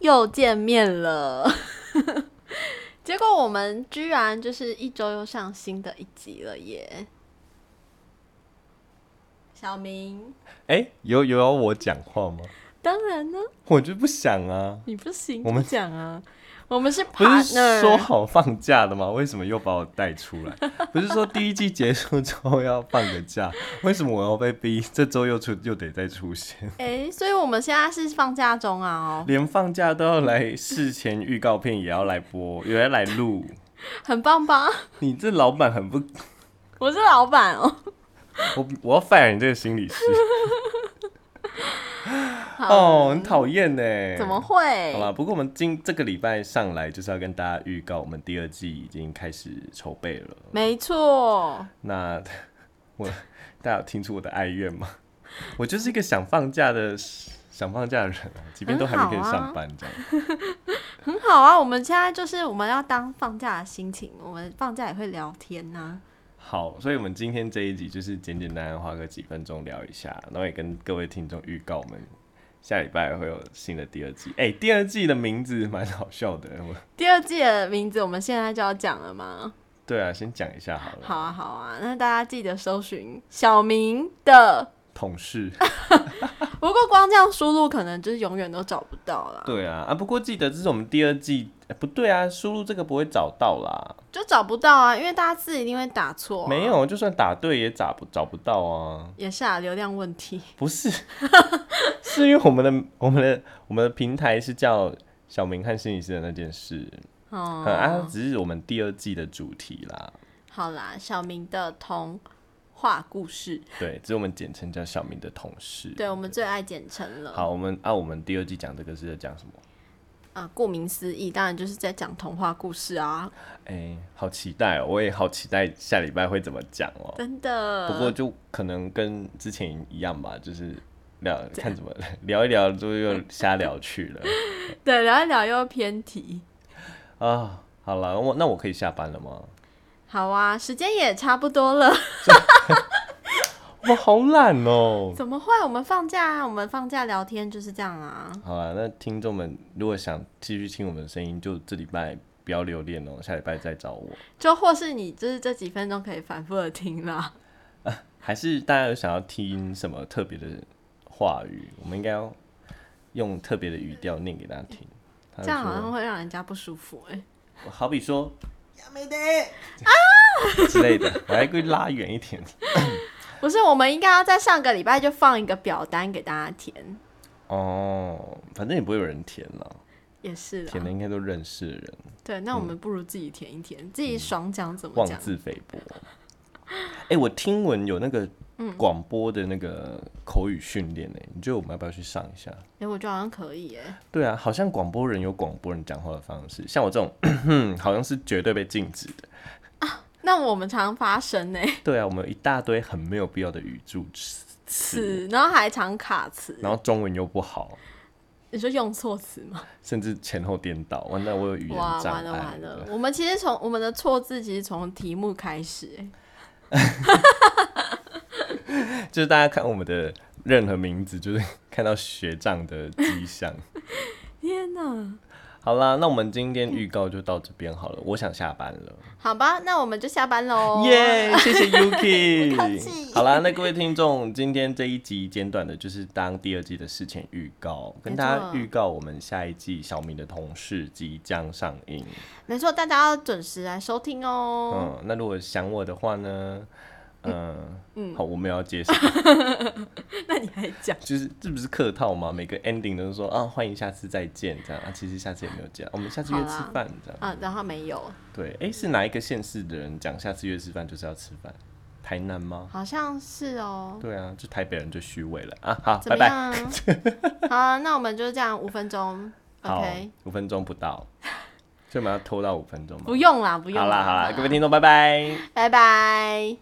又见面了。 结果我们居然就是一周又上新的一集了耶！小明，哎、有有要我讲话吗？ 当然呢，我就不想啊，你不行，我们不讲 啊，我们是不是说 partner，好放假的吗？为什么又把我带出来？ 不是说第一季结束之后要放个假？为什么我要被逼这周又出又得再出现？ 哎、所以我们现在是放假中啊、哦，连放假都要来事前预告片，也要来播，也要来录。 很棒吧？你这老板很不， 我是老板哦。我我要 fire 你这个 心理师。哦，很讨厌呢。怎么会好？啦，不过我们今这个礼拜上来就是要跟大家预告，我们第二季已经开始筹备了。没错，那 我大家有听出我的哀怨吗？我就是一个想放假的想放假的人啊，即便都还没可以上班这样。很好啊。我们现在就是我们要当放假的心情，我们放假也会聊天呐、好，所以我们今天这一集就是简简单单花个几分钟聊一下，然后也跟各位听众预告我们。下礼拜会有新的第二季，哎、第二季的名字蛮好笑的。我第二季的名字我们现在就要讲了吗？对啊，先讲一下好了。好啊，好啊，那大家记得搜寻小明的。同事，不过光这样输入，可能就是永远都找不到啦， 对啊啊，不过记得这是我们第二季，哎不对啊，输入这个不会找到啦。就找不到啊，因为大家字一定会打错、啊没，有，就算打对也找不找不到啊。也是啊，流量问题。不是， 是因为我们的我们的我们的平台是叫小明和心理师的那件事，哦、嗯、啊，只是我们第二季的主题啦。好啦，小明的童话故事，对，只是我们简称叫小明的同事。对我们最爱简称了。好，我们啊，我们第二季讲这个是在讲什么？啊，顾名思义，当然就是在讲童话故事啊，哎、好期待哦！我也好期待下礼拜会怎么讲哦。真的。不过就可能跟之前一样吧，就是聊看怎么 聊一聊，就又瞎聊去了对，聊一聊又偏题。啊。好了，我那我可以下班了吗？好啊，时间也差不多了。我好懒哦。怎么会？我们放假啊，我们放假聊天就是这样啊。好了，那听众们如果想继续听我们的声音，就这礼拜不要留恋哦，下礼拜再找我。就或是你就是这几分钟可以反复的听啦。还是大家有想要听什么特别的话语，我们应该要用特别的语调念给大家听。他这就样好说，像会让人家不舒服哎、好比说亚美的啊 之类的，我还故意拉远一点。不是，我们应该要在上个礼拜就放一个表单给大家填，哦，反正也不会有人填了，也是啦填。的应该都认识的人，对，那我们不如自己填一填，自己爽讲怎么嗯妄讲。自菲薄。哎、我听闻有那个广播的那个口语训练呢，哎你觉得我们要不要去上一下？哎、我觉得好像可以哎、对啊，好像广播人有广播人讲话的方式，像我这种 好像是绝对被禁止的。那我们常发生哎、对啊，我们有一大堆很没有必要的语助词，词，然后还常卡词。然后中文又不好，你说用错词吗？甚至前后颠倒。完蛋，我有语言哇，障碍。完了完了！我们其实从我们的错字其实从题目开始、哎，就是大家看我们的任何名字，就是看到学障的迹象。天哪！好啦，那我们今天预告就到这边好了，我想下班了。好吧，那我们就下班哦喽。耶谢谢不客气 Yuki。好啦，那各位听众，今天这一集简短的就是当第二季的事前预告，跟大没家错预告我们下一季《小明的同事》即将上映。没错，大家要准时来收听哦。嗯，那如果想我的话呢？嗯，好，我们要接受， 那你还讲？ 就是这不是客套吗？每个 ending 都是说啊，欢迎下次再见这样啊，其实下次也没有这样，我们下次约好吃啦饭这样。啊，然后没有，对，哎、是哪一个县市的人讲下次约吃饭就是要吃饭？台南吗？好像是哦。对啊，就台北人就虚伪了啊！好，怎拜么拜。样？ 好啊，那我们就这样五分钟。好 OK，，五分钟不到， 所以我们要拖到五分钟吗？不用啦，不用好啦好啦，啦各位听众，拜拜。拜拜。